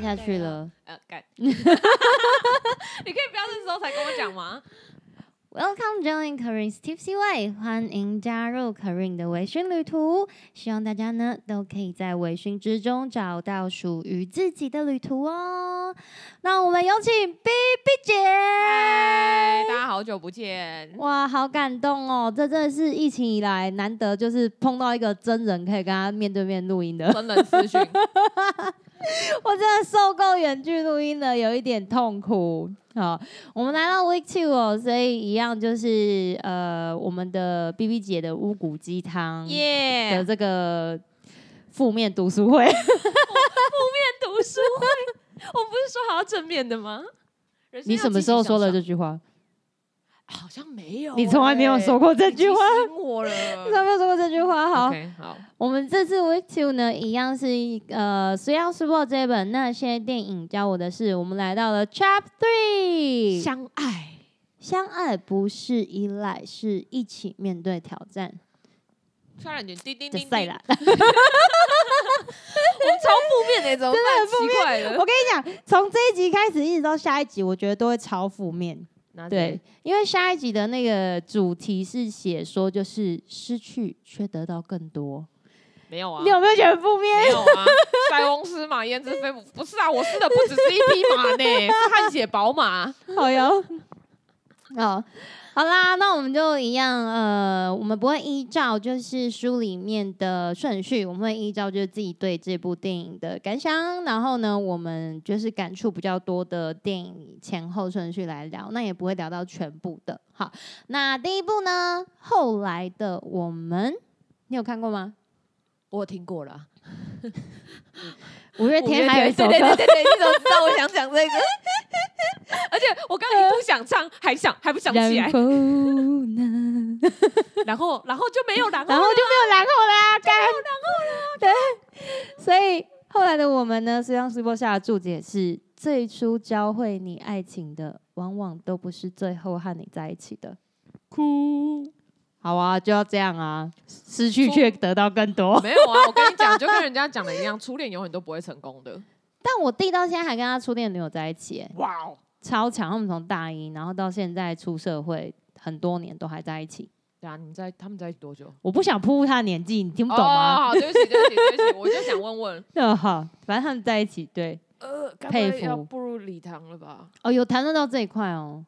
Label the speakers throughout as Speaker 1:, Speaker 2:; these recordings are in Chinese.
Speaker 1: 下去了。
Speaker 2: 呃，干， 你可以不要这时候才跟我讲吗？
Speaker 1: Welcome join Karin's Tipsy Way，欢迎加入 Karin 的微醺旅途。希望大家呢都可以在微醺之中找到属于自己的旅途哦。那我们有请 B B
Speaker 2: 嗨，
Speaker 1: 姐。
Speaker 2: 大家好久不见。
Speaker 1: 哇，好感动哦！这真的是疫情以来难得就是碰到一个真人可以跟他面对面录音的，
Speaker 2: 真人私 讯，
Speaker 1: 我真的受够远距录音了，有一点痛苦。好，我们来到 Week Two 哦，所以一样就是呃，我们的 B B 姐的乌骨鸡汤的
Speaker 2: 耶！
Speaker 1: 这个负面读书会。
Speaker 2: 读书会，我们不是说好要正面的吗？人生
Speaker 1: 你
Speaker 2: 要
Speaker 1: 什么
Speaker 2: 积极
Speaker 1: 时候
Speaker 2: 向
Speaker 1: 说了
Speaker 2: 上
Speaker 1: 这句话？
Speaker 2: 好像没有欸，
Speaker 1: 你从来没有说过这句话，
Speaker 2: 你提醒我了。
Speaker 1: 你从来没有说过这句话。 好
Speaker 2: 嗯 OK，好，
Speaker 1: 我们这次 Week Two 呢，一样是一呃，虽然书报这一本那些电影教我的事，我们来到了 Chap Three。
Speaker 2: 相爱，
Speaker 1: 相爱不是依赖，是一起面对挑战。
Speaker 2: 突然间叮叮
Speaker 1: 就
Speaker 2: 叮
Speaker 1: 赛
Speaker 2: 叮，
Speaker 1: 啦！
Speaker 2: 我们超负面的，怎么办？奇怪
Speaker 1: 我
Speaker 2: 了
Speaker 1: 跟，你讲，从这一集开始一直到下一集，我觉得都会超负面。
Speaker 2: 拿着
Speaker 1: 对，，因为下一集的那个主题是写说，就是失去却得到更多。
Speaker 2: 没有啊，
Speaker 1: 你有没有觉得负面？
Speaker 2: 没有啊，塞翁失马焉知非福，不是啊，我失的不只是一匹马呢， 是汗血宝马。
Speaker 1: 好哟。哦，好啦，那我们就一样，呃，我们不会依照就是书里面的顺序，我们会依照就是自己对这部电影的感想，然后呢，我们就是感触比较多的电影前后顺序来聊，那也不会聊到全部的。好，那第一部呢，后来的我们，你有看过吗？
Speaker 2: 我有听过了，
Speaker 1: 五
Speaker 2: 哎
Speaker 1: 月天还有一首歌，
Speaker 2: 对对对对对，你怎么知道我想讲这个？ 而且我刚刚一不想唱，还想还不想起来
Speaker 1: 然，后呢？
Speaker 2: 然后然后就没有然
Speaker 1: 然后
Speaker 2: 后
Speaker 1: 就没有然后啦，干啊对，所以后来的我们呢，实际上苏波下的注解是：最初教会你爱情的，往往都不是最后和你在一起的。
Speaker 2: 哭。
Speaker 1: 好啊，就要这样啊，失去却得到更 多。
Speaker 2: 没有啊，我跟你讲，就跟人家讲的一样，初恋永远都不会成功的。
Speaker 1: 但我弟到现在还跟他初恋女友在一起、欸，
Speaker 2: 哇哦，
Speaker 1: 超强！他们从大一，然后到现在出社会很多年都还在一起。
Speaker 2: 对啊，你们在他们在一起多久？
Speaker 1: 我不想铺他的年纪，你听不懂
Speaker 2: 哦
Speaker 1: 吗？
Speaker 2: 好，对不起，对不起，对不起，我就想问问，
Speaker 1: 那好，反正他们在一起，对。
Speaker 2: 呃，该不
Speaker 1: 佩
Speaker 2: 会要
Speaker 1: 服
Speaker 2: 步入礼堂了吧？
Speaker 1: 哦，有谈论到这一块哦，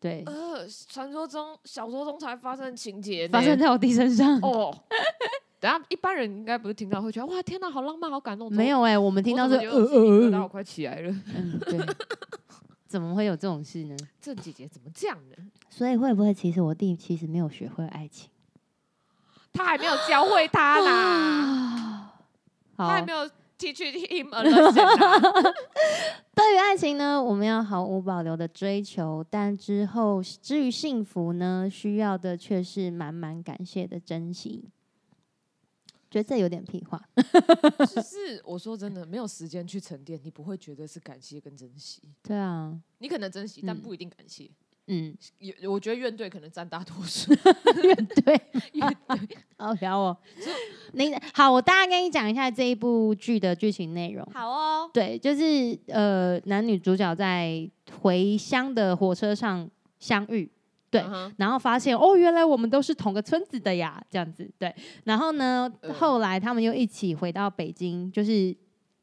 Speaker 1: 对，
Speaker 2: 呃，传说中小说中才发生的情节呢，
Speaker 1: 发生在我弟身 上。
Speaker 2: 哦。等下，一般人应该不是听到会觉得哇，天哪，好浪漫，好感动。
Speaker 1: 没有哎、我们
Speaker 2: 怎
Speaker 1: 听
Speaker 2: 么，
Speaker 1: 到
Speaker 2: 我
Speaker 1: 是
Speaker 2: 怎么觉
Speaker 1: 呃
Speaker 2: 得鸡皮疙
Speaker 1: 呃
Speaker 2: 瘩我
Speaker 1: 呃，
Speaker 2: 快起来了。
Speaker 1: 嗯，对， 怎么会有这种事呢？
Speaker 2: 这姐姐怎么这样呢？
Speaker 1: 所以会不会其实我弟其实没有学会爱情？
Speaker 2: 她还没有教会他啦，她
Speaker 1: 好，
Speaker 2: 还没有 teach him a lesson 啦。
Speaker 1: 对于爱情呢，我们要毫无保留的追求，但之后至于幸福呢，需要的却是满满感谢的珍惜。觉得这有点屁话，
Speaker 2: 就是我说真的，没有时间去沉淀，你不会觉得是感谢跟珍惜。
Speaker 1: 对啊，
Speaker 2: 你可能珍惜，但
Speaker 1: 嗯
Speaker 2: 不一定感谢。
Speaker 1: 嗯，
Speaker 2: 也我觉得怨队可能占大多 数。
Speaker 1: 对，
Speaker 2: 怨队
Speaker 1: 好聊哦。你好，我大概跟你讲一下这一部剧的剧情内容。
Speaker 2: 好哦，
Speaker 1: 对，就是呃，男女主角在回乡的火车上相遇，对
Speaker 2: 嗯哼
Speaker 1: 然后发现哦，原来我们都是同个村子的呀，这样子。对，然后呢，
Speaker 2: 呃
Speaker 1: 后来他们又一起回到北京，就是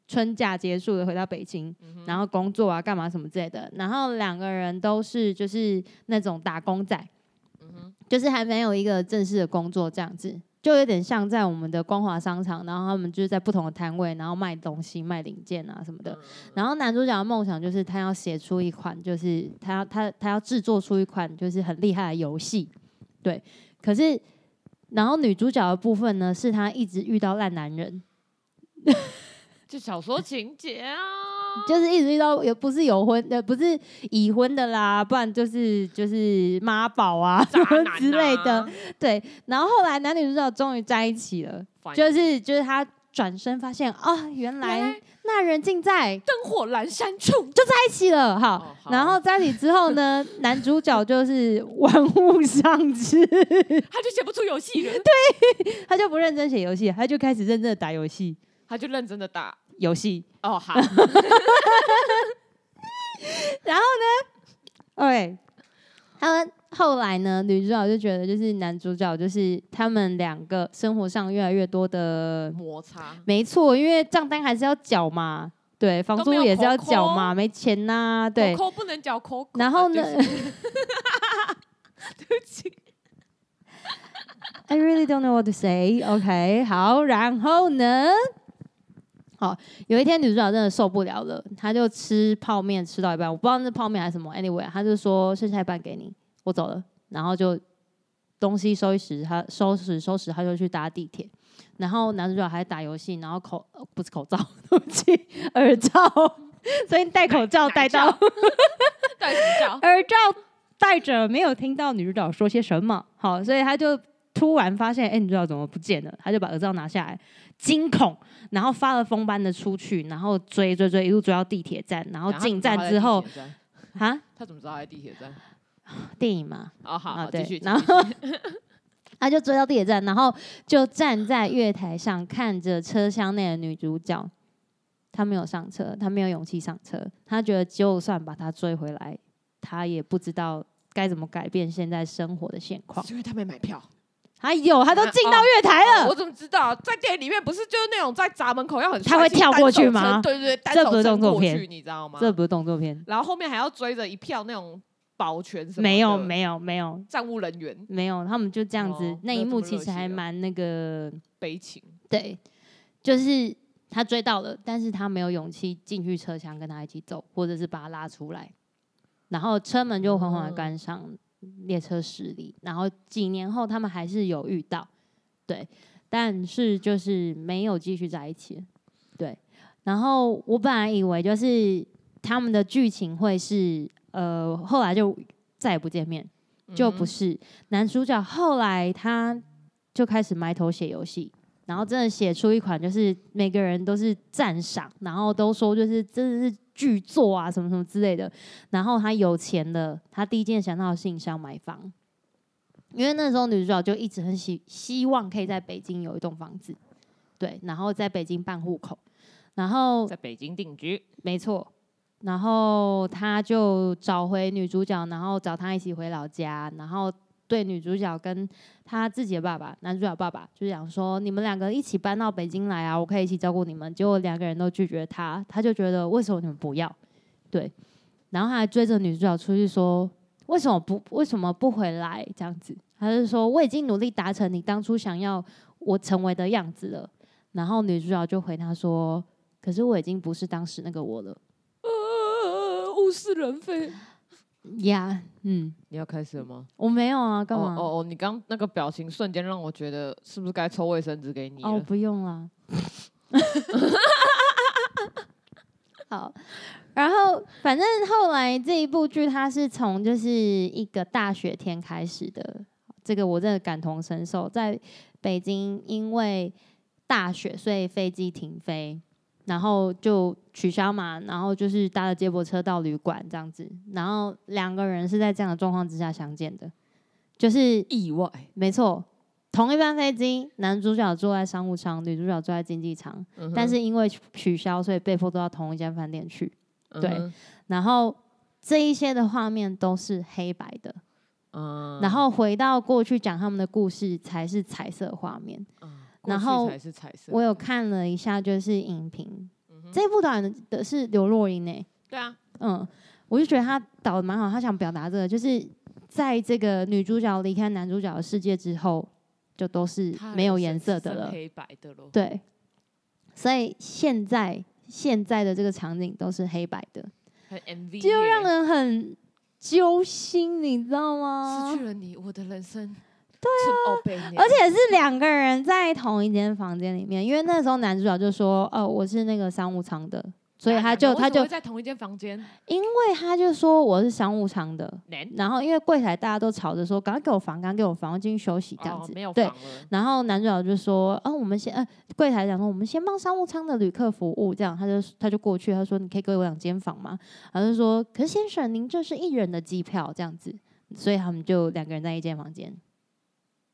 Speaker 1: 春假结束了回到北京，然后工作啊，干嘛什么之类的。然后两个人都是就是那种打工仔，就是还没有一个正式的工作这样子。就有点像在我们的光华商场，然后他们就是在不同的摊位，然后卖东西、卖零件啊什么的。然后男主角的梦想就是他要写出一款，就是他要他他要制作出一款就是很厉害的游戏，对。可是，然后女主角的部分呢，是他一直遇到烂男人，
Speaker 2: 就小说情节啊。
Speaker 1: 就是一直遇到也不是有婚呃不是已婚的啦，不然就是就是妈宝啊
Speaker 2: 渣
Speaker 1: 什么
Speaker 2: 男啊
Speaker 1: 之类的，，对。然后后来男女主角终于在一起了，
Speaker 2: 烦
Speaker 1: 就是就是他转身发现啊、原
Speaker 2: 原
Speaker 1: 来
Speaker 2: 来
Speaker 1: 那人竟在
Speaker 2: 灯火阑珊处，
Speaker 1: 在一起了，好。
Speaker 2: 哦好
Speaker 1: 然后在一起之后呢，男主角就是玩物丧志，
Speaker 2: 他就写不出游戏了，
Speaker 1: 他就不认真写游戏，他就开始认真的打游戏。
Speaker 2: 他就认真的打，
Speaker 1: 游戏。
Speaker 2: 哦，好，
Speaker 1: 对，他们后来呢，女主角就觉得就是男主角就是他们两个生活上越来越多的，
Speaker 2: 摩擦，
Speaker 1: 没错，因为账单还是要缴嘛，对，房租
Speaker 2: 都没有
Speaker 1: 也是要
Speaker 2: Coco
Speaker 1: 缴嘛，没钱呐、对。
Speaker 2: 扣不能叫扣扣，
Speaker 1: 然后呢
Speaker 2: 啊对不起对不起，
Speaker 1: I really don't know what to say. OK，好，然后呢？好，有一天女主角真的受不了了，她就吃泡面吃到一半，我不知道那是泡面还是什么，anyway，她就说剩下一半给你，我走了，然后就东西收一拾，她收拾收拾，她就去搭地铁。然后男主角还打游戏，然后口呃不是口罩，对不起，耳罩， 所以戴口罩戴到
Speaker 2: 对不起 叫，
Speaker 1: 耳罩戴着，没有听到女主角说些什么。好，所以他就突然发现，哎、女主角怎么不见了？他就把耳罩拿下来，惊恐，然后发了疯般的出去，然后追追追，一路追到地铁站，然后
Speaker 2: 然
Speaker 1: 进
Speaker 2: 他怎
Speaker 1: 站
Speaker 2: 么
Speaker 1: 之后
Speaker 2: 知道他在地铁站，
Speaker 1: 啊，
Speaker 2: 他怎么知道他在地铁站？
Speaker 1: 电影嘛，
Speaker 2: 哦，好，
Speaker 1: 啊
Speaker 2: 好
Speaker 1: 对
Speaker 2: 继续，
Speaker 1: 然
Speaker 2: 后
Speaker 1: 他就追到地铁站，然后就站在月台上看着车厢内的女主角。他没有上车，他没有勇气上车。他觉得就算把她追回来，他也不知道该怎么改变现在生活的现况。
Speaker 2: 因为他没买票。
Speaker 1: 还有，他都进到月台
Speaker 2: 哦
Speaker 1: 了
Speaker 2: 我，怎么知道？在电影里面不是就是那种在闸门口要很
Speaker 1: 他会
Speaker 2: 帅气
Speaker 1: 跳过去吗
Speaker 2: 单手撑对对对，单
Speaker 1: 这
Speaker 2: 手
Speaker 1: 不是
Speaker 2: 撑
Speaker 1: 动作
Speaker 2: 过
Speaker 1: 片
Speaker 2: 去你知道吗？
Speaker 1: 这不是动作片，
Speaker 2: 然后后面还要追着一票那种保全什么的
Speaker 1: 没有，没有，没有，
Speaker 2: 站务人员
Speaker 1: 没有，他们就这样子。
Speaker 2: 哦
Speaker 1: 那一幕其
Speaker 2: 那
Speaker 1: 实
Speaker 2: 这么热血
Speaker 1: 还蛮那个，
Speaker 2: 悲情，
Speaker 1: 对，就是他追到了，但是他没有勇气进去车厢跟他一起走，或者是把他拉出来，然后车门就缓缓地关上，列车驶离。然后几年后，他们还是有遇到，对，但是就是没有继续在一起了，对。然后我本来以为就是他们的剧情会是呃，后来就再也不见面，就不
Speaker 2: 嗯
Speaker 1: 是、男主角。后来他就开始埋头写游戏，然后真的写出一款，就是每个人都是赞赏，然后都说就是真的是巨作啊，什么什么之类的。然后他有钱了，他第一件想到的事情是要买房，因为那时候女主角就一直很希希望可以在北京有一栋房子，对，然后在北京办户口，然后
Speaker 2: 在北京定居，
Speaker 1: 没错。然后他就找回女主角，然后找她一起回老家，然后对女主角跟他自己的爸爸，男主角爸爸，就想说你们两个一起搬到北京来啊，我可以一起照顾你们。结果两个人都拒绝他，他就觉得为什么你们不要？对，然后他还追着女主角出去说为什么不为什么不回来这样子？他就说我已经努力达成你当初想要我成为的样子了。然后女主角就回他说。可是我已经不是当时那个我了。
Speaker 2: 呃，物是人非。
Speaker 1: 呀、嗯，
Speaker 2: 你要开始了吗？
Speaker 1: 我没有啊，干
Speaker 2: 哦
Speaker 1: 嘛？哦
Speaker 2: 哦哦，你刚那个表情瞬间让我觉得是不是该抽卫生纸给你了？
Speaker 1: 哦不用啦。 好，然后反正后来这一部剧，它是从就是一个大雪天开始的，这个我真的感同身受。在北京，因为大雪，所以飞机停飞，然后就取消嘛，然后就是搭了接驳车到旅馆这样子，然后两个人是在这样的状况之下相见的，就是
Speaker 2: 意外，
Speaker 1: 没错，同一班飞机，男主角坐在商务舱，女主角坐在经济舱，
Speaker 2: 嗯哼
Speaker 1: 但是因为取消，所以被迫都到同一间饭店去。对，
Speaker 2: 嗯哼
Speaker 1: 然后这一些的画面都是黑白的，
Speaker 2: 嗯
Speaker 1: 然后回到过去讲他们的故事才是彩色画面。
Speaker 2: 嗯过
Speaker 1: 然
Speaker 2: 去
Speaker 1: 后
Speaker 2: 才是彩色，
Speaker 1: 我有看了一下，就是影评，
Speaker 2: 嗯哼
Speaker 1: 这部导演的是刘若英呢、
Speaker 2: 对啊，
Speaker 1: 嗯，我就觉得他导的蛮好，他想表达这个，就是在这个女主角离开男主角的世界之后，就都是
Speaker 2: 它
Speaker 1: 没有
Speaker 2: 人
Speaker 1: 颜
Speaker 2: 生
Speaker 1: 色
Speaker 2: 是
Speaker 1: 的
Speaker 2: 剩
Speaker 1: 了。
Speaker 2: 黑白的咯。
Speaker 1: 对，所以现在现在的这个场景都是黑白的，
Speaker 2: 很 MV，
Speaker 1: 就让
Speaker 2: 耶
Speaker 1: 人很揪心，你知道
Speaker 2: 失
Speaker 1: 吗
Speaker 2: 去？了你，我的人生，对啊，
Speaker 1: 哦而且是两个人在同一间房间里面，因为那时候男主角就说：“哦，我是那个商务舱的。”所以
Speaker 2: 哪
Speaker 1: 他
Speaker 2: 两
Speaker 1: 就
Speaker 2: 个
Speaker 1: 他
Speaker 2: 为什么
Speaker 1: 就
Speaker 2: 会在同一间房间，
Speaker 1: 因为他就说我是商务舱的，
Speaker 2: 难
Speaker 1: 然后因为柜台大家都吵着说赶快给我房，赶快给我房，我进去休息这样
Speaker 2: 哦
Speaker 1: 子。
Speaker 2: 没有
Speaker 1: 对
Speaker 2: 房，了，
Speaker 1: 然后男主角就说：“啊，我们先……呃，柜台讲说我们先帮商务舱的旅客服务，这样。”他就他就过去，他说：“你可以给我两间房吗？”他就说：“可是先生，您这是一人的机票，这样子。”所以他们就两个人在一间房间。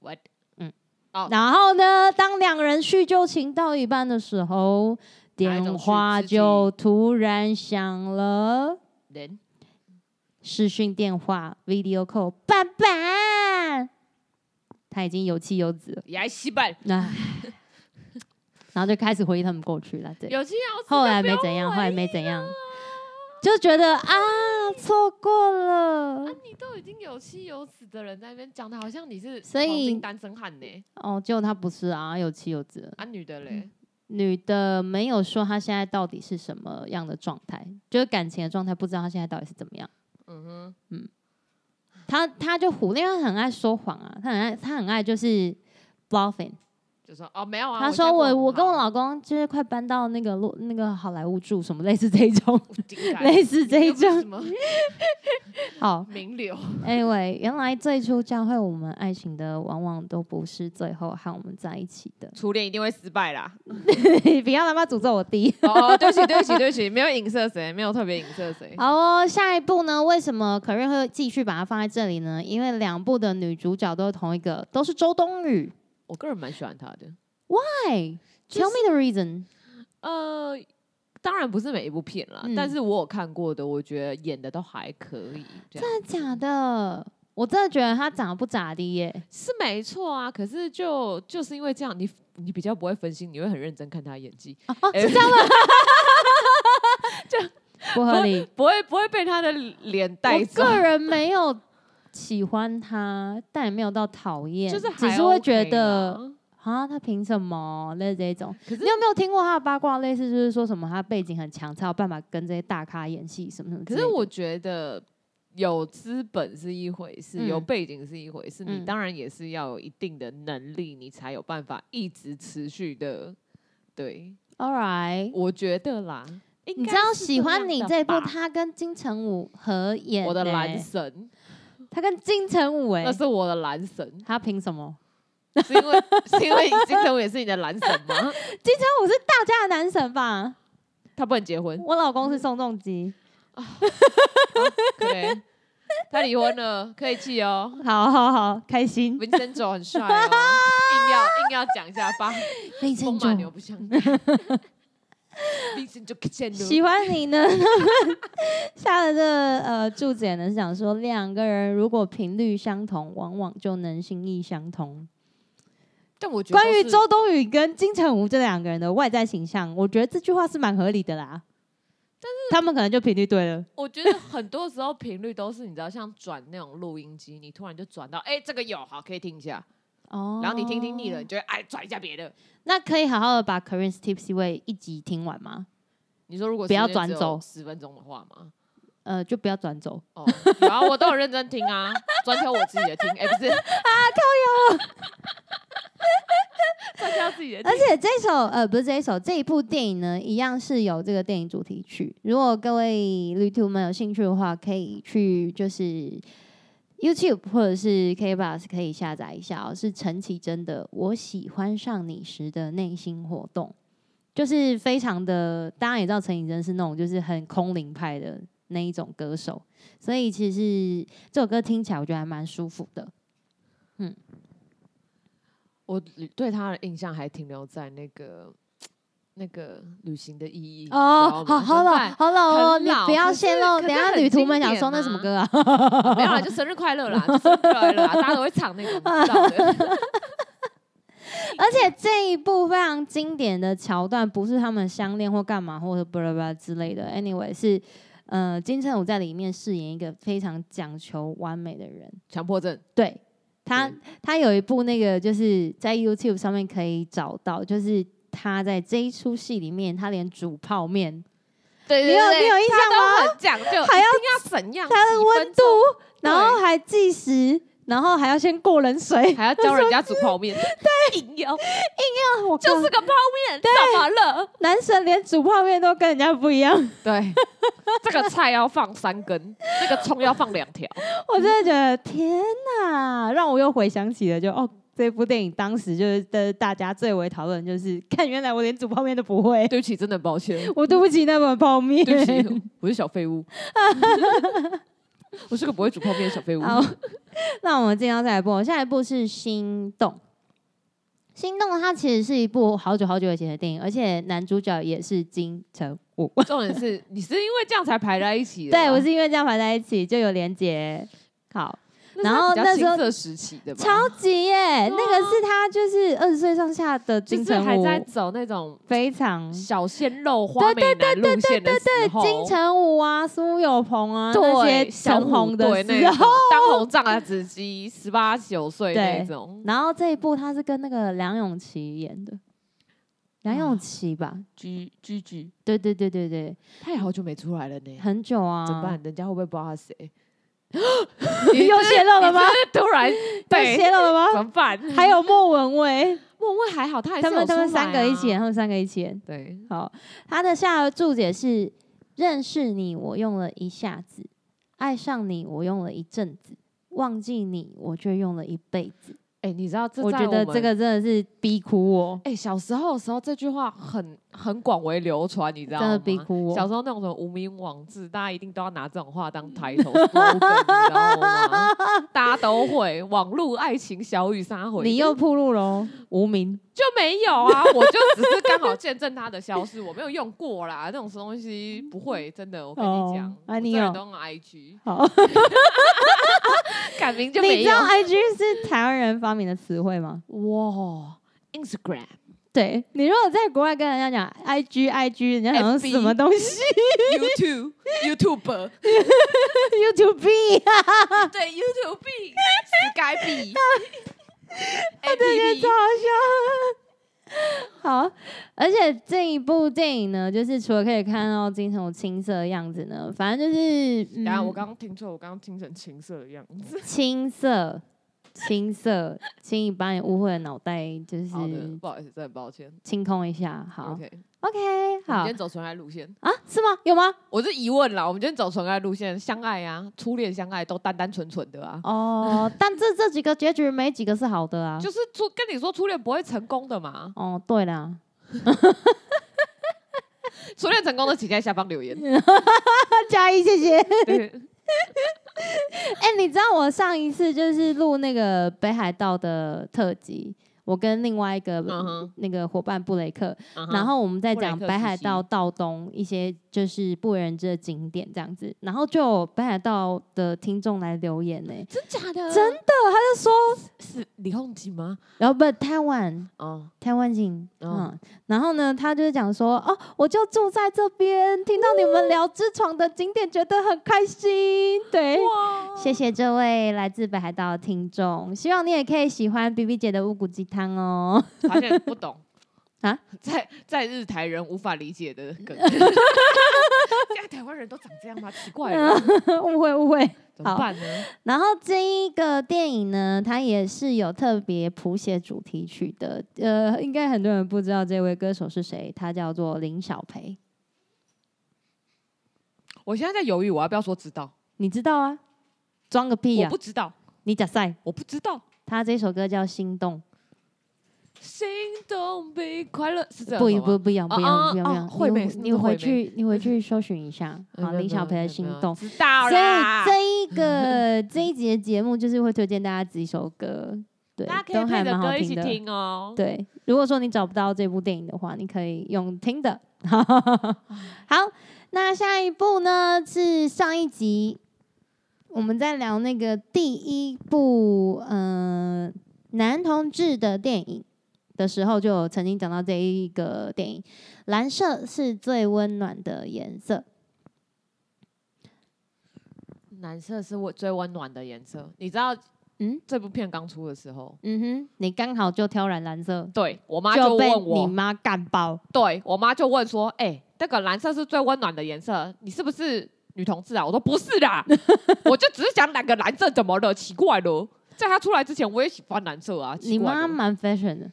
Speaker 2: What？
Speaker 1: 嗯
Speaker 2: 哦
Speaker 1: 然后呢，当两人叙旧情到一半的时候，电话就突然响了，
Speaker 2: 人
Speaker 1: 视讯电话 video call，爸爸，他已经有气有子了，
Speaker 2: 也洗板，
Speaker 1: 唉然后就开始回忆他们过去了，对。
Speaker 2: 有气要死啊
Speaker 1: 后来没怎样，后来没怎样，就觉得啊，错过
Speaker 2: 啊，
Speaker 1: 了
Speaker 2: 你都已经有妻有子的人在那边讲的，好像你是
Speaker 1: 所以
Speaker 2: 黄金单身汉呢。
Speaker 1: 哦，就他不是啊，有妻有子。
Speaker 2: 啊，女的嘞，
Speaker 1: 女的没有说她现在到底是什么样的状态，就是感情的状态，不知道她现在到底是怎么样。
Speaker 2: 嗯哼，
Speaker 1: 她她就胡，因为她很爱说谎啊，她很爱她很爱就是 bluffing。
Speaker 2: 就说哦没有啊，
Speaker 1: 她说我我跟我
Speaker 2: 老
Speaker 1: 老公就是快搬到那个洛那个好莱坞住，什么类似这一种， 类
Speaker 2: 类
Speaker 1: 似这一种
Speaker 2: 什。么
Speaker 1: 好，
Speaker 2: 名流，。
Speaker 1: Anyway，原来最初教会我们爱情的，往往都不是最后和我们在一起的
Speaker 2: 初恋一定会失败啦。
Speaker 1: 不要他妈诅咒我弟。
Speaker 2: 哦，对不起，对不起，对不起，没有影射谁，没有特别影射谁。
Speaker 1: 好哦，下一部呢？为什么可瑞会继续把它放在这里呢？因为两部的女主角都是同一个，都是周冬雨。
Speaker 2: 我个人蛮喜欢他的。
Speaker 1: Why?
Speaker 2: 就是
Speaker 1: Tell me the reason.
Speaker 2: 呃，当然不是每一部片啦，
Speaker 1: 啊嗯
Speaker 2: 但是我有看过的，我觉得演的都还可以。这样
Speaker 1: 真的假的？我真的觉得她长得不咋地耶。
Speaker 2: 是没错啊，可是就就是因为这样，你你比较不会分心，你会很认真看他演技，
Speaker 1: 哦、啊，
Speaker 2: 哎
Speaker 1: 是这样 吗？就不合理。
Speaker 2: 不会不会被他的脸带
Speaker 1: 我
Speaker 2: 走。
Speaker 1: 个人没有喜欢他，但也没有到讨厌，
Speaker 2: 就是还
Speaker 1: 只是会
Speaker 2: OK
Speaker 1: 觉得
Speaker 2: 啦，
Speaker 1: 啊，他凭什么？类似这种。
Speaker 2: 可是
Speaker 1: 你有没有听过他的八卦？类似就是说什么他背景很强，才有办法跟这些大咖演戏什么什么之
Speaker 2: 可
Speaker 1: 类的。
Speaker 2: 是我觉得有资本是一回事，有
Speaker 1: 嗯
Speaker 2: 背景是一回事，
Speaker 1: 嗯
Speaker 2: 你当然也是要有一定的能力，你才有办法一直持续的。对，
Speaker 1: ，All right，
Speaker 2: 我觉得啦，
Speaker 1: 你
Speaker 2: 你
Speaker 1: 知道喜欢你这部，
Speaker 2: 部
Speaker 1: 他跟金城武合演、欸
Speaker 2: 我的男，神，
Speaker 1: 他跟金城武哎、
Speaker 2: 那是我的男神，
Speaker 1: 他凭什么？
Speaker 2: 是因为是因为金城武也是你的男神吗？
Speaker 1: 金城武是大家的男神吧？
Speaker 2: 他不能结婚，
Speaker 1: 我老公是宋仲基。
Speaker 2: 对，他离婚了，可以气哦。
Speaker 1: 好好好，开心。
Speaker 2: 文森佐很帅哦，硬要硬要讲一下，把
Speaker 1: 内
Speaker 2: 风马牛不相 及。文森佐可见了
Speaker 1: 喜欢你呢， 他们下了这个呃注解呢，是想说两个人如果频率相同，往往就能心意相通。
Speaker 2: 但我觉得
Speaker 1: 关于
Speaker 2: 都是
Speaker 1: 周冬雨跟金城武这两个人的外在形象，我觉得这句话是蛮合理的啦。但是他们可能就频率对了，
Speaker 2: 我觉得很多时候频率都是你知道，像转那种录音机，你突然就转到，哎、这个有好可以听一下，
Speaker 1: 哦
Speaker 2: 然后你听听腻了，你，就会哎转一下别的。
Speaker 1: 那可以好好的把 Karen's Tipsy Way 一集听完吗？
Speaker 2: 你说如果
Speaker 1: 不要转走
Speaker 2: 十分钟的话嘛，
Speaker 1: 呃，就不要转走。
Speaker 2: 哦，有啊，我都有认真听 啊，专挑我自己的听，哎、不是啊，靠友， 专挑自己的听，
Speaker 1: 而且这首呃不是这一首，这一部电影呢，一样是有这个电影主题曲。如果各位旅途们有兴趣的话，可以去就是 YouTube 或者是 K Bus 可以下载一下哦，是陈绮贞的《我喜欢上你时的内心活动》，就是非常的，大家也知道陈绮贞是那种就是很空灵派的那一种歌手，所以其实这首歌听起来我觉得还蛮舒服的。
Speaker 2: 我
Speaker 1: 呃
Speaker 2: 对他的印象还停留在那个那个旅行的意义
Speaker 1: 哦，好好老
Speaker 2: 了，
Speaker 1: 好老哦，
Speaker 2: 很
Speaker 1: 你
Speaker 2: 老
Speaker 1: 不要
Speaker 2: 可是
Speaker 1: 泄露，
Speaker 2: 可
Speaker 1: 等一
Speaker 2: 是
Speaker 1: 下
Speaker 2: 很
Speaker 1: 旅途
Speaker 2: 经
Speaker 1: 们想
Speaker 2: 典
Speaker 1: 说那什么
Speaker 2: 啊
Speaker 1: 歌啊？
Speaker 2: 没有啦，就生日快乐啦，就生日快乐啦，大家都会唱那个，你知道的。
Speaker 1: 而且这一部非常经典的桥段，不是他们相恋或干嘛，或者巴拉巴拉之类的。Anyway，是呃，金城武在里面饰演一个非常讲求完美的人，
Speaker 2: 强迫症，
Speaker 1: 对。他
Speaker 2: 对
Speaker 1: 他有一部那个就是在 YouTube 上面可以找到，就是他在这一出戏里面，他连煮泡面，
Speaker 2: 对
Speaker 1: 你有你有印象吗？
Speaker 2: 他都很讲究，
Speaker 1: 还
Speaker 2: 一定要怎样，
Speaker 1: 它的
Speaker 2: 几分
Speaker 1: 温度，然后还计时，然后还要先过冷水
Speaker 2: 钟，还要教人家煮泡 面，对，硬要
Speaker 1: 我靠
Speaker 2: 就是个泡面，怎么了？
Speaker 1: 男神连煮泡面都跟人家不一样，
Speaker 2: 对，这个菜要放三根，这个葱要放两条，
Speaker 1: 我真的觉得天哪，让我又回想起了就哦。这部电影当时就是的大家最为讨论，就是看原来我连煮泡面都不会，
Speaker 2: 对不起，真的很抱歉，
Speaker 1: 我对不起那碗泡面。
Speaker 2: 对不起， 我是小废物，我是个不会煮泡 面的小废物。
Speaker 1: 好，那我们今天要再来播，下一部是《心动》，心动》它其实是一部好久好久以前的电影，而且男主角也是金城武。
Speaker 2: 重点是你是因为这样才排在一起的吗，
Speaker 1: 对，我是因为这样排在一起就有连结。好，
Speaker 2: 那是
Speaker 1: 然后
Speaker 2: 他比较
Speaker 1: 那时
Speaker 2: 青
Speaker 1: 候
Speaker 2: 涩时期的吧，
Speaker 1: 超级耶！那
Speaker 2: 对啊
Speaker 1: 个是他就是二十岁上下的
Speaker 2: 就
Speaker 1: 金
Speaker 2: 是
Speaker 1: 城
Speaker 2: 还
Speaker 1: 武，
Speaker 2: 在走那种
Speaker 1: 非常
Speaker 2: 小鲜肉花美男路线的时候，
Speaker 1: 金城武啊、苏有朋啊那
Speaker 2: 对
Speaker 1: 些
Speaker 2: 小
Speaker 1: 当红
Speaker 2: 虎队
Speaker 1: 的
Speaker 2: 那
Speaker 1: 时
Speaker 2: 种
Speaker 1: 候。
Speaker 2: 当红炸子鸡，十八九岁那
Speaker 1: 对
Speaker 2: 种
Speaker 1: 然后这一部他是跟那个梁咏琪演的，梁咏琪吧？
Speaker 2: 居居居，
Speaker 1: 对对对对对，
Speaker 2: 他也好久没出来了呢，
Speaker 1: 很久啊，
Speaker 2: 怎么办？人家会不会不知道他是谁？
Speaker 1: 你又泄露了吗
Speaker 2: 你是 不是突 然
Speaker 1: 被
Speaker 2: 对，
Speaker 1: 泄露了 吗？
Speaker 2: 怎么办？
Speaker 1: 还有莫文蔚，
Speaker 2: 莫问还好，他还是
Speaker 1: 他们
Speaker 2: 有
Speaker 1: 他们
Speaker 2: 出来
Speaker 1: 三个一起
Speaker 2: 啊
Speaker 1: 演，他们三个一起演。
Speaker 2: 对，
Speaker 1: 好，他的下注解是：认识你，我用了一下子；爱上你，我用了一阵子；忘记你，我却用了一辈子。
Speaker 2: 哎、你知道这
Speaker 1: 我
Speaker 2: 在
Speaker 1: 觉得这
Speaker 2: 们
Speaker 1: 个真的是逼哭我，
Speaker 2: 哎、小时候的时候，这句话很很广为流传，你知道
Speaker 1: 真
Speaker 2: 吗？
Speaker 1: 的逼哭
Speaker 2: 小
Speaker 1: 我。
Speaker 2: 时候那种什么无名网志，大家一定都要拿这种话
Speaker 1: 嗯
Speaker 2: 当抬头 slogan，你知道 吗？大家都会网络爱情小雨杀回，
Speaker 1: 你又铺 路喽，无名。
Speaker 2: 就没有 啊？我就只是刚好见证它的消失，我没有用过啦，那种东西不会，真的，我跟你讲
Speaker 1: 嗯哦，啊
Speaker 2: 我
Speaker 1: 你
Speaker 2: 这人
Speaker 1: 有
Speaker 2: 都用 IG，
Speaker 1: 好，
Speaker 2: 改名就
Speaker 1: 你
Speaker 2: 没
Speaker 1: 知
Speaker 2: 有
Speaker 1: 道 IG 是台湾人发明的词汇吗？
Speaker 2: 哇，Instagram
Speaker 1: 对你如果在国外跟人家讲 IG IG，人家想说
Speaker 2: FB
Speaker 1: 嗯什么东西
Speaker 2: YouTube YouTuber
Speaker 1: YouTube 啊
Speaker 2: 对 YouTube B Sky B，哎，对
Speaker 1: 超好笑。 好，而且这一部电影呢，就是除了可以看到金城武青涩的样子呢，反正就是，嗯、
Speaker 2: 然后我刚刚听错，我刚刚听成青涩的样子。
Speaker 1: 青涩，青涩，请你把你误会的脑袋就是
Speaker 2: 好的，不好意思，真的很抱歉。
Speaker 1: 清空一下。嗯好
Speaker 2: OK，
Speaker 1: ，OK，
Speaker 2: 我们
Speaker 1: 好
Speaker 2: 今天走纯爱路线，
Speaker 1: 啊，是吗？有吗？
Speaker 2: 我是疑问啦。我们今天走纯爱路线，相爱啊，初恋相爱都单单纯纯的啊，
Speaker 1: 哦，但这这几个结局没几个是好的啊。
Speaker 2: 就是初跟你说初恋不会成功的嘛，
Speaker 1: 哦，对啦，
Speaker 2: 初恋成功的请在下方留 言。嗯
Speaker 1: 加一，谢谢。
Speaker 2: 对，
Speaker 1: 哎、你知道我上一次就是录那个北海道的特辑，我跟另外一个、
Speaker 2: 嗯哼
Speaker 1: 那个伙伴布雷克，
Speaker 2: 嗯
Speaker 1: 然
Speaker 2: 哼
Speaker 1: 后我们在
Speaker 2: 布雷
Speaker 1: 讲
Speaker 2: 克
Speaker 1: 北
Speaker 2: 实
Speaker 1: 海
Speaker 2: 习
Speaker 1: 道道东一些就是不为人知的景点这样子，然后就有北海道的听众来留言呢、
Speaker 2: 真假的，
Speaker 1: 真的，他就说，
Speaker 2: 是李红基吗？
Speaker 1: 然后不台湾
Speaker 2: 哦，
Speaker 1: 台湾景，
Speaker 2: 哦
Speaker 1: 嗯，然后呢，他就是讲说，哦，我就住在这边，听到你
Speaker 2: 嗯
Speaker 1: 们聊之床的景点，觉得很开心，对，
Speaker 2: 哇
Speaker 1: 谢谢这位来自北海道的听众，希望你也可以喜欢 B B 姐的乌骨鸡汤哦。
Speaker 2: 发现不懂
Speaker 1: 啊，
Speaker 2: 在在日台人无法理解的 梗。 现在台湾人都长这样吗？奇怪了，
Speaker 1: 嗯误会误会。
Speaker 2: 怎么办呢？
Speaker 1: 然后这一个电影呢，它也是有特别谱写主题曲的。呃，应该很多人不知道这位歌手是谁，他叫做林小培。
Speaker 2: 我现在在犹豫，我要不要说知道？
Speaker 1: 你知道啊？装个屁
Speaker 2: 我
Speaker 1: 呀、
Speaker 2: 不知道，
Speaker 1: 你假赛，
Speaker 2: 我不知道。
Speaker 1: 他这首歌叫《心动
Speaker 2: 心动比快乐是这》，样
Speaker 1: 不
Speaker 2: 子
Speaker 1: 一
Speaker 2: 吗
Speaker 1: 不不一样，不一样，不一
Speaker 2: 哦
Speaker 1: 样，
Speaker 2: 哦哦
Speaker 1: 不一
Speaker 2: 惠妹
Speaker 1: 样。
Speaker 2: 是
Speaker 1: 你
Speaker 2: 不
Speaker 1: 你
Speaker 2: 是
Speaker 1: 回
Speaker 2: 惠
Speaker 1: 去你回去搜寻一下，
Speaker 2: 哎
Speaker 1: 好，
Speaker 2: 没有
Speaker 1: 林小培
Speaker 2: 没有没
Speaker 1: 的《心
Speaker 2: 有
Speaker 1: 动》。
Speaker 2: 知道
Speaker 1: 所以
Speaker 2: 啦。
Speaker 1: 这一 个这一集的节目就是会推荐大家几首歌，对，
Speaker 2: 大家可
Speaker 1: 都
Speaker 2: 以
Speaker 1: 还
Speaker 2: 配着
Speaker 1: 蛮好
Speaker 2: 歌一
Speaker 1: 听
Speaker 2: 起
Speaker 1: 的。
Speaker 2: 听哦。
Speaker 1: 对，如果说你找不到这部电影的话，你可以用听 的。好，那下一部呢是上一集我们在聊那个第一部嗯、呃男同志的电影的时候，就有曾经讲到这一个电影，蓝色是最温暖的颜色。
Speaker 2: 蓝色是我最温暖的颜色。你知道
Speaker 1: 嗯
Speaker 2: 这部片刚出的时候，
Speaker 1: 嗯哼，你刚好就挑染蓝色，
Speaker 2: 对我妈
Speaker 1: 嗯就被
Speaker 2: 问
Speaker 1: 你
Speaker 2: 我，
Speaker 1: 妈干爆。
Speaker 2: 对我妈就问说：“哎、那个蓝色是最温暖的颜色，你是不是女同志啊？”我说：“不是 啦，我就只是想染个蓝色，怎么了？奇怪了，在她出来之前我也喜欢蓝色啊。奇
Speaker 1: 你
Speaker 2: 怪了”
Speaker 1: 妈蛮 fashion 的，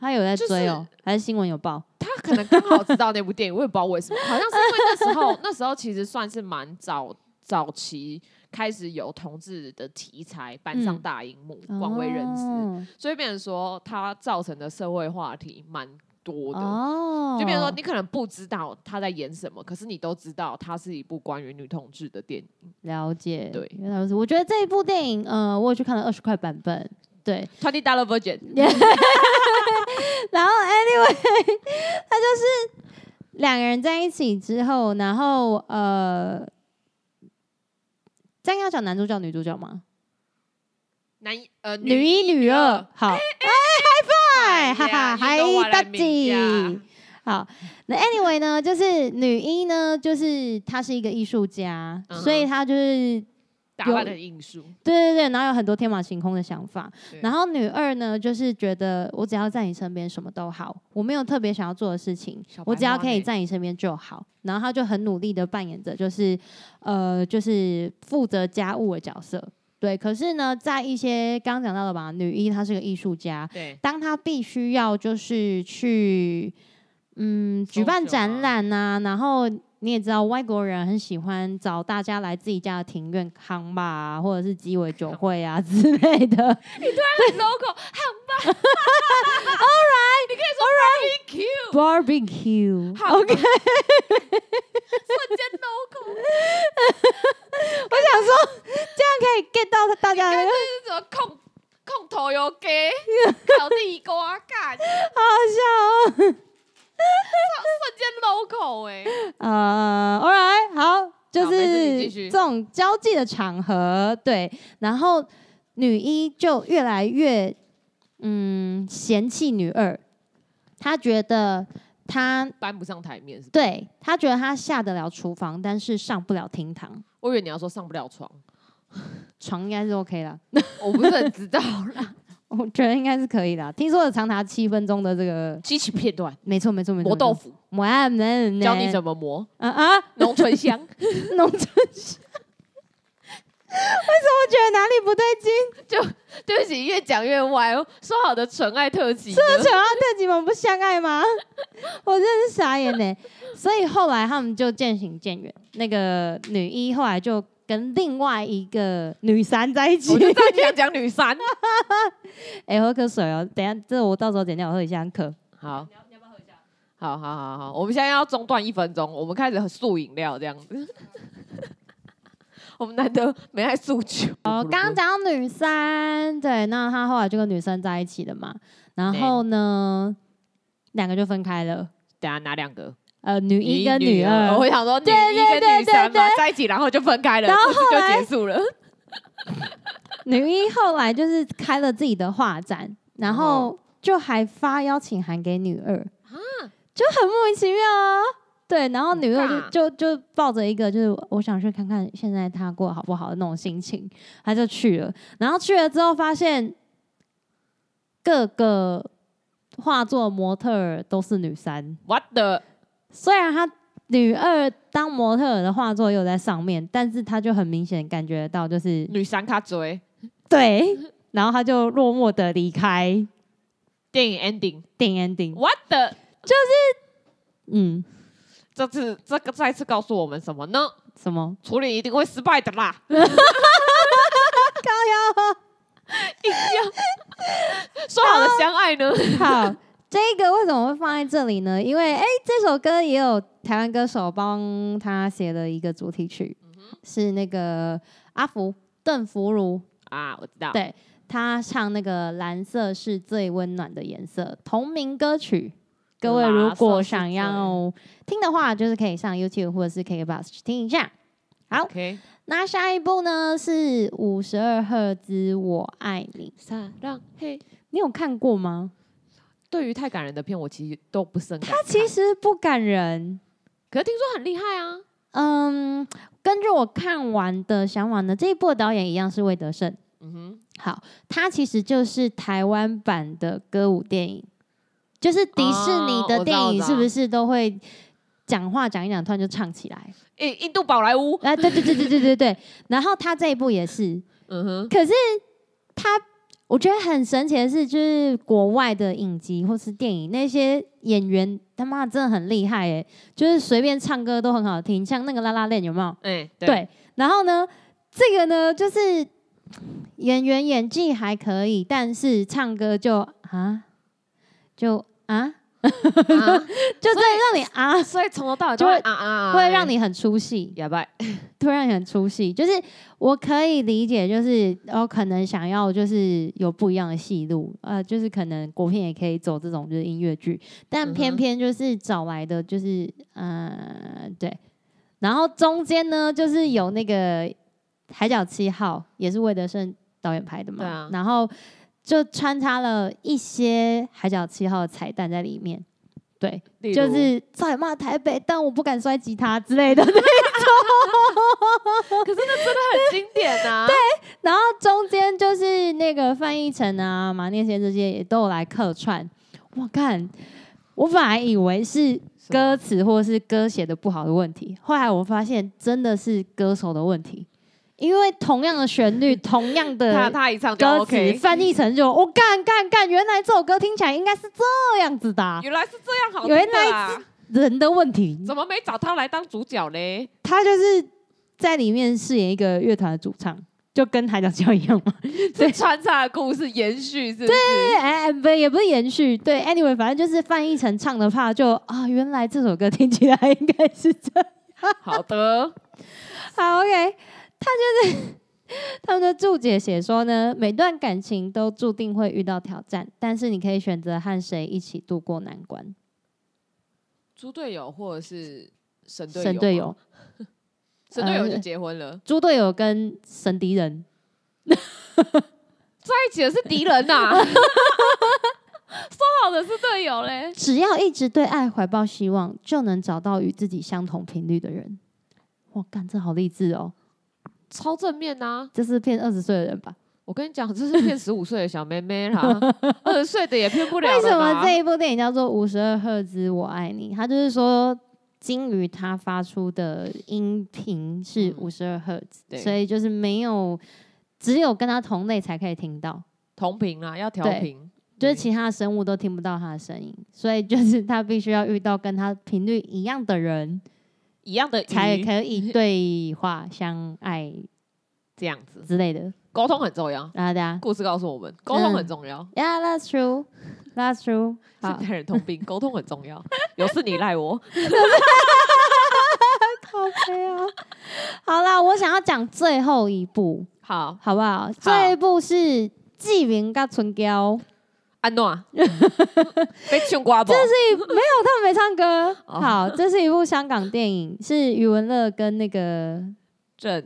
Speaker 1: 她有在追哦、还是新闻有报？
Speaker 2: 她可能刚好知道那部电影，我也不知道为什么，好像是因为那时候那时候其实算是蛮早早期开始有同志的题材搬上
Speaker 1: 嗯
Speaker 2: 大荧幕，广为人知。
Speaker 1: 哦
Speaker 2: 所以变成说它造成的社会话题蛮多的。
Speaker 1: 哦，
Speaker 2: 就变成说，你可能不知道他在演什么，可是你都知道它是一部关于女同志的电影。
Speaker 1: 了解，
Speaker 2: 对
Speaker 1: 原来如此。我觉得这一部电影，呃，我也去看了二十块版本，对，
Speaker 2: Twenty Dollar Virgin，
Speaker 1: 然后 anyway，他就是两个人在一起之后，然后呃，这样要讲男主角女主角吗？
Speaker 2: 男一呃
Speaker 1: 女一女二
Speaker 2: 二，
Speaker 1: 好， 哎，嗨拜，哈哈，嗨大吉。
Speaker 2: 啊
Speaker 1: 好，那 anyway 呢，就是女一呢，就是她是一个艺术家，
Speaker 2: 嗯哼
Speaker 1: 所以她就是
Speaker 2: 打扮的很艺术，
Speaker 1: 对对对，然后有很多天马行空的想法
Speaker 2: 对。
Speaker 1: 然后女二呢，就是觉得我只要在你身边，什么都好，我没有特别想要做的事情
Speaker 2: 小，白
Speaker 1: 我只要可
Speaker 2: 花
Speaker 1: 以
Speaker 2: 呢
Speaker 1: 在你身边就好。然后她就很努力的扮演着，就是呃，就是负责家务的角色。对，可是呢，在一些刚刚讲到的吧，女一她是个艺术家，
Speaker 2: 对，
Speaker 1: 当她必须要就是去嗯举办
Speaker 2: Social
Speaker 1: 展
Speaker 2: 啊
Speaker 1: 览啊，然后你也知道外国人很喜欢找大家来自己家的庭院康吧、或者是鸡尾酒会啊 之类 的。
Speaker 2: logo 啊很棒，All right，你可以说 barbecue，
Speaker 1: Barbecue，
Speaker 2: 好，OK，瞬间 logo
Speaker 1: 可以 get 到大家的
Speaker 2: 干是什么控控头油鸡， 烤地瓜干，
Speaker 1: 好笑哦。
Speaker 2: 瞬间 logo 哎，
Speaker 1: 呃，All right，好，就
Speaker 2: 好没事你
Speaker 1: 是
Speaker 2: 继续
Speaker 1: 这种交际的场合，对，然后女一就越来越嗯嫌弃女二，她觉得她
Speaker 2: 搬不上台面是不是？
Speaker 1: 对她觉得她下得了厨房，但是上不了厅堂，
Speaker 2: 我以为你要说上不了床，
Speaker 1: 床应该是 OK 啦，
Speaker 2: 我不是很知 道啦，
Speaker 1: 我觉得应该是可以啦。听说有长达七分钟的这个，
Speaker 2: 激起片 段，
Speaker 1: 没错没错没错，
Speaker 2: 磨豆腐，
Speaker 1: 没错，我爱能
Speaker 2: 教你
Speaker 1: 么
Speaker 2: 怎么磨，
Speaker 1: 啊啊，
Speaker 2: 农村香。
Speaker 1: 农村小为什么觉得哪里不对劲？
Speaker 2: 对不起，越讲越歪。哦。说好的纯爱特辑呢，
Speaker 1: 这想要特辑们不相爱吗？ 我真是傻眼呢。所以后来他们就渐行渐远。那个女一后来就跟另外一个女三在一起
Speaker 2: 哦我。就知道你想讲女三。
Speaker 1: 哎、喝口水哦，等一下这我到时候剪掉，我喝一下很渴。
Speaker 2: 好，你要不要喝一下？好好好好，我们现在要中断一分钟，我们开始素饮料这样子。 我们难得没爱素酒。
Speaker 1: 哦，刚刚讲到女三，对，那他后来就跟女生在一起了嘛。然后呢，两个就分开了。
Speaker 2: 等下哪两个？
Speaker 1: 呃，女一跟女二，
Speaker 2: 我想说女
Speaker 1: 对
Speaker 2: 一跟女三
Speaker 1: 对
Speaker 2: 嘛，在一起然后就分开了，
Speaker 1: 然后
Speaker 2: 故事就结束 了。
Speaker 1: 女一后来就是开了自己的画展，然
Speaker 2: 然
Speaker 1: 后
Speaker 2: 后
Speaker 1: 就还发邀请函给女二啊，就很莫名其妙啊。对，然后女
Speaker 2: 很
Speaker 1: 二
Speaker 2: 尬
Speaker 1: 就就就抱着一个就是我想去看看现在她过得好不好的那种心情，她就去了。然后去了之后发现各个画作模特儿都是女三，
Speaker 2: What the？
Speaker 1: 虽然她女二当模特儿的画作也有在上面，但是她就很明显感觉到就是
Speaker 2: 女三卡追
Speaker 1: 对，然后他就落寞的离开
Speaker 2: 电影 ending。
Speaker 1: 电影 ending。
Speaker 2: What the？
Speaker 1: 嗯，
Speaker 2: 这次这个再次告诉我们什么呢？
Speaker 1: 什么？
Speaker 2: 处理一定会失败的 啦。高 腰，说好的相爱呢？
Speaker 1: 好，这个为什么会放在这里呢？因为哎、这首歌也有台湾歌手帮他写的一个主题曲，是那个阿福邓福如
Speaker 2: 啊，我知道。
Speaker 1: 对他唱那个《蓝色是最温暖的颜色》同名歌曲。各位如果想要听的话，就是可以上 YouTube 或者是 KKBox 去听一下。好，
Speaker 2: OK，
Speaker 1: 那下一步呢是五十二赫兹，我爱你。
Speaker 2: 撒浪嘿。
Speaker 1: 你有看过吗？
Speaker 2: 对于太感人的片，我其实都不深感
Speaker 1: 它
Speaker 2: 慨。
Speaker 1: 其实不感人。
Speaker 2: 可是听说很厉害啊。
Speaker 1: 嗯，根据我看完的想法呢，这一部的导演一样是魏德胜。
Speaker 2: 嗯哼，
Speaker 1: 好，它其实就是台湾版的歌舞电影，就是迪士尼
Speaker 2: 哦我知道
Speaker 1: 的电
Speaker 2: 我知
Speaker 1: 影，
Speaker 2: 道
Speaker 1: 是不是都会讲话讲一讲，突然就唱起来？
Speaker 2: 诶，印度宝莱坞。
Speaker 1: 啊，对对对对对对对。然后他这一部也是，
Speaker 2: 嗯哼，
Speaker 1: 可是他，我觉得很神奇的是，就是国外的影集或是电影，那些演员他妈的真的很厉害诶，就是随便唱歌都很好听，像那个拉拉链有没有？
Speaker 2: 哎，
Speaker 1: 对。然后呢，这个呢就是演员演技还可以，但是唱歌就啊，就啊，
Speaker 2: 啊
Speaker 1: 就真的让你啊，
Speaker 2: 所以从头到尾
Speaker 1: 就
Speaker 2: 都
Speaker 1: 会
Speaker 2: 会啊啊啊，
Speaker 1: 会让你很出戏，
Speaker 2: 哑巴。
Speaker 1: 突然很出戏。就是我可以理解，就是哦，可能想要就是有不一样的戏路，呃，就是可能国片也可以走这种就是音乐剧，但
Speaker 2: 嗯
Speaker 1: 偏
Speaker 2: 哼
Speaker 1: 偏就是找来的就是呃对，然后中间呢就是有那个《海角七号》也是魏德胜导演拍的嘛，
Speaker 2: 对啊
Speaker 1: 然后就穿插了一些《海角七号》的彩蛋在里面，对。
Speaker 2: 例如
Speaker 1: 就是赵也骂台北，但我不敢摔吉他之类的。对
Speaker 2: 可是那真的很经典啊！ 对，
Speaker 1: 然后中间就是那个范逸臣啊、马念先这些也都有来客串。我看，我本来以为是歌词或是歌写的不好的问题，后来我发现真的是歌手的问题，因为同样的旋律、同样
Speaker 2: 他
Speaker 1: 的
Speaker 2: 他一唱就
Speaker 1: 歌词，
Speaker 2: OK，
Speaker 1: 范逸臣就我干干干，原来这首歌听起来应该是这样子的啊、
Speaker 2: 原来是这样好听
Speaker 1: 原来
Speaker 2: 的啊！
Speaker 1: 人的问题。
Speaker 2: 怎么没找他来当主角 嘞？
Speaker 1: 他就是在里面饰演一个乐团的主唱，就跟海角七号一样嘛。
Speaker 2: 是穿插的故事延续，是不是？
Speaker 1: 对，哎，不也不是延续，对，anyway，反正就是范逸臣唱的怕就啊，原来这首歌听起来应该是这样。
Speaker 2: 好的，
Speaker 1: 好，OK，他就是他们的注解写说呢，每段感情都注定会遇到挑战，但是你可以选择和谁一起度过难关。
Speaker 2: 猪队友或者是神队友吗，嗯
Speaker 1: 神
Speaker 2: 神队
Speaker 1: 队友，
Speaker 2: 友就
Speaker 1: 呃
Speaker 2: 结婚了，
Speaker 1: 猪队友跟神敌人，
Speaker 2: 在一起的是敌人 呐、说好的是队友嘞，
Speaker 1: 只要一直对爱怀抱希望，就能找到与自己相同频率的人。哇，干，这好励志哦！
Speaker 2: 超正面呐、
Speaker 1: 这是骗二十岁的人吧？
Speaker 2: 我跟你讲，这是骗十五岁的小妹妹啦，二十岁的也骗不了
Speaker 1: 为什
Speaker 2: 了吧
Speaker 1: 么这一部电影叫做《五十二赫兹我爱你》？它就是说，鲸鱼它发出的音频是
Speaker 2: 嗯
Speaker 1: 五十二赫兹，
Speaker 2: 对
Speaker 1: 所以就是没有，只有跟它同类才可以听到，
Speaker 2: 同频啦，要调
Speaker 1: 对
Speaker 2: 频，
Speaker 1: 就
Speaker 2: 对
Speaker 1: 是其他的生物都听不到它的声音，所以就是它必须要遇到跟它频率一样的人，
Speaker 2: 一样的
Speaker 1: 才
Speaker 2: 鱼
Speaker 1: 可以对话、相爱
Speaker 2: 这样子，
Speaker 1: 之类的。
Speaker 2: 沟通很重要。
Speaker 1: 啊，对啊
Speaker 2: 故事告诉我们，沟通很重要，
Speaker 1: ，Yeah, that's true, that's true 。
Speaker 2: 现
Speaker 1: 嗯好，
Speaker 2: 代人通病，沟通很重要。有事你赖我，
Speaker 1: 好悲哦。好啦，我想要讲最后一部，
Speaker 2: 好，
Speaker 1: 好不好？这一部是《纪云跟唇膏》，
Speaker 2: 安诺 啊，被劝瓜不？
Speaker 1: 他们没唱歌。
Speaker 2: 哦
Speaker 1: 好，这是一部香港电影，是余文乐跟那个
Speaker 2: 郑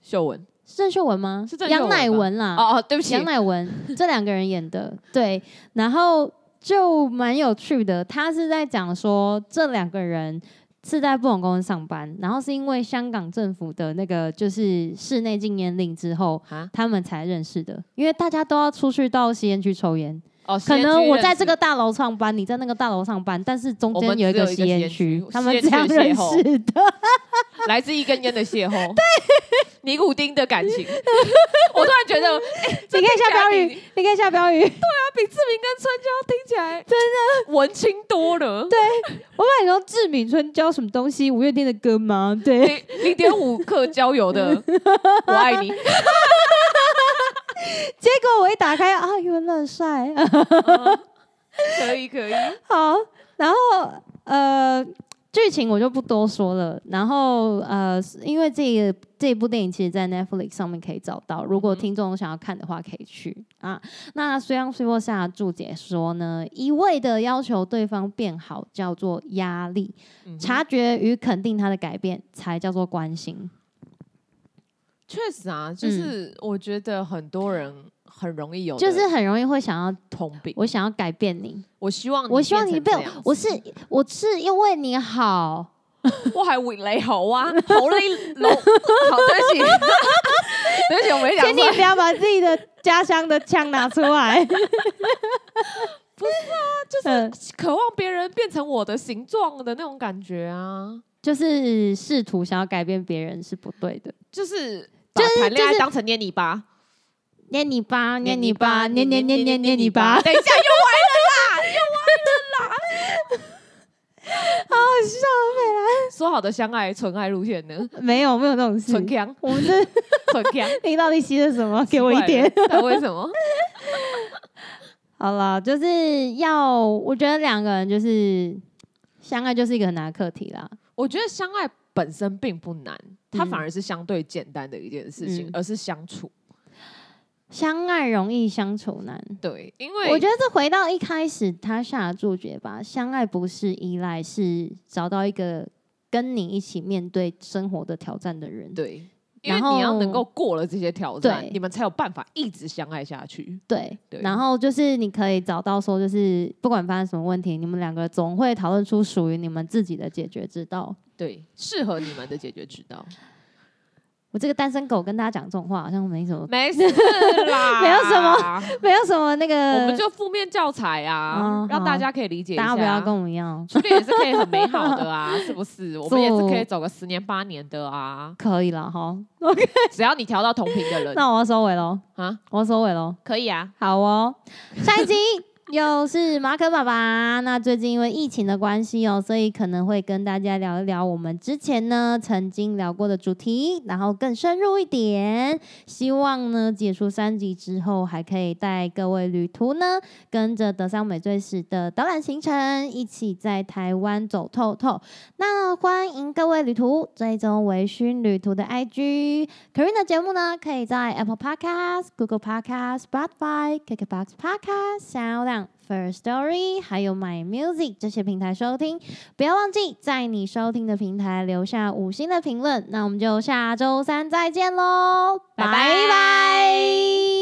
Speaker 2: 秀文。
Speaker 1: 是郑秀文吗？
Speaker 2: 是郑秀文
Speaker 1: 杨
Speaker 2: 吧
Speaker 1: 乃文啦。
Speaker 2: 哦哦，对不起
Speaker 1: 杨，乃文这两个人演的，对，然后就蛮有趣的。他是在讲说这两个人是在不同公司上班，然后是因为香港政府的那个就是室内禁烟令之后，
Speaker 2: 啊，
Speaker 1: 他们才认识的。因为大家都要出去到吸烟区抽烟，
Speaker 2: 哦，
Speaker 1: 可
Speaker 2: 吸烟
Speaker 1: 能
Speaker 2: 区
Speaker 1: 我
Speaker 2: 认
Speaker 1: 在
Speaker 2: 识
Speaker 1: 这个大楼上班，你在那个大楼上班，但是中
Speaker 2: 我
Speaker 1: 间
Speaker 2: 们
Speaker 1: 有一
Speaker 2: 只有
Speaker 1: 个
Speaker 2: 一个
Speaker 1: 吸
Speaker 2: 吸
Speaker 1: 烟
Speaker 2: 烟
Speaker 1: 区
Speaker 2: 区，
Speaker 1: 他
Speaker 2: 吸
Speaker 1: 们
Speaker 2: 烟
Speaker 1: 这
Speaker 2: 区
Speaker 1: 样
Speaker 2: 的邂
Speaker 1: 认
Speaker 2: 逅
Speaker 1: 识的。
Speaker 2: 来自一根烟的邂逅，对，尼古丁的感 情。我突然觉得，哎
Speaker 1: 你哎看下标
Speaker 2: 这听起来
Speaker 1: 语，你看下标语。
Speaker 2: 它比志明跟春娇听起来真的文青多了，对，
Speaker 1: 我跟你说，志敏春教什么东西？五月天的歌吗？对。
Speaker 2: 零零点五克交友的， 我爱你，
Speaker 1: 结果我一打开啊，余文乐很帅，
Speaker 2: 可以可以，
Speaker 1: 好，然后呃，剧情我就不多说了。然后呃，因为这个这部电影其实，在 Netflix 上面可以找到，如果
Speaker 2: 嗯哼
Speaker 1: 听众想要看的话，可以去啊。那虽然虽若下的注解说呢，一味的要求对方变好叫做压力，
Speaker 2: 嗯哼
Speaker 1: 察觉与肯定他的改变才叫做关心。
Speaker 2: 确实啊，就是我觉得很多人很容易有
Speaker 1: 嗯就
Speaker 2: 的
Speaker 1: 是很容易会想要，
Speaker 2: 通病。
Speaker 1: 我想要改变你，
Speaker 2: 我希望
Speaker 1: 我希望你
Speaker 2: 变
Speaker 1: 变
Speaker 2: 成这样，子
Speaker 1: 我是我是因为你好，
Speaker 2: 我系活你好啊，好你老，好 对不起，对不起，我没讲
Speaker 1: 请你
Speaker 2: 错。
Speaker 1: 不要把自己的家乡的枪拿出来。不是啊，就是、
Speaker 2: 渴望别人变成我的形状的那种感觉啊，
Speaker 1: 就是试图想要改变别人是不对的。
Speaker 2: 就是把
Speaker 1: 就是
Speaker 2: 谈恋
Speaker 1: 就
Speaker 2: 爱
Speaker 1: 是
Speaker 2: 当成捏泥巴，
Speaker 1: 捏泥巴，捏泥巴，捏捏捏捏捏泥 巴，
Speaker 2: 等一下又
Speaker 1: 好好笑
Speaker 2: 说好的相爱纯爱路线呢？
Speaker 1: 啊，贝拉。没有没有那种事
Speaker 2: 纯，强
Speaker 1: 我们是
Speaker 2: 纯强，
Speaker 1: 你到底吸了什么？给我一点。
Speaker 2: 奇怪了，但为什么？
Speaker 1: 好了，就是要我觉得两个人就是相爱就是一个很难的课题啦。
Speaker 2: 我觉得相爱本身并不难，它反
Speaker 1: 嗯
Speaker 2: 而是相对简单的一件事情，
Speaker 1: 嗯
Speaker 2: 而是相处。
Speaker 1: 相爱容易相处难，
Speaker 2: 对，因为
Speaker 1: 我觉得这回到一开始他下的注解吧，相爱不是依赖，是找到一个跟你一起面对生活的挑战的人。
Speaker 2: 对，因为
Speaker 1: 然
Speaker 2: 你要能够
Speaker 1: 后
Speaker 2: 过了这些挑战，
Speaker 1: 对
Speaker 2: 你们才有办法一直相爱下去。
Speaker 1: 对，
Speaker 2: 对
Speaker 1: 然后就是你可以找到说，就是不管发生什么问题，你们两个总会讨论出属于你们自己的解决之道。
Speaker 2: 对，适合你们的解决之 道。
Speaker 1: 我这个单身狗跟大家讲这种话，好像没什 么，
Speaker 2: 没事啦，
Speaker 1: 没有什么，没有什么那个，
Speaker 2: 我们就负面教材啊，
Speaker 1: 嗯
Speaker 2: 让
Speaker 1: 好
Speaker 2: 大家可以理解一
Speaker 1: 大家
Speaker 2: 下。
Speaker 1: 不要跟我们一样，
Speaker 2: 初恋也是可以很美好的 啊，是不是？我们也是可以走个十年八年的啊，
Speaker 1: 可以了哈。
Speaker 2: 只要你调到同频的人
Speaker 1: 那我要收尾喽，
Speaker 2: 啊，
Speaker 1: 我要收尾喽。
Speaker 2: 可以啊。
Speaker 1: 好哦，下一集又是马可爸爸。 那最近因为疫情的关系哦，所以可能会跟大家聊一聊我们之前呢曾经聊过的主题，然后更深入一点。希望呢解除三级之后，还可以带各位旅途呢，跟着德商美最史的导览行程，一起在台湾走透透。那欢迎各位旅途追踪微醺旅途的 IG，可韵的节目呢，可以在 Apple Podcast、Google Podcast、Spotify、KKBox Podcast、Sound On、First Story，还有 My Music 这些平台收听。不要忘记在你收听的平台留下五星的评论。那我们就下周三再见喽，
Speaker 2: 拜拜
Speaker 1: 拜拜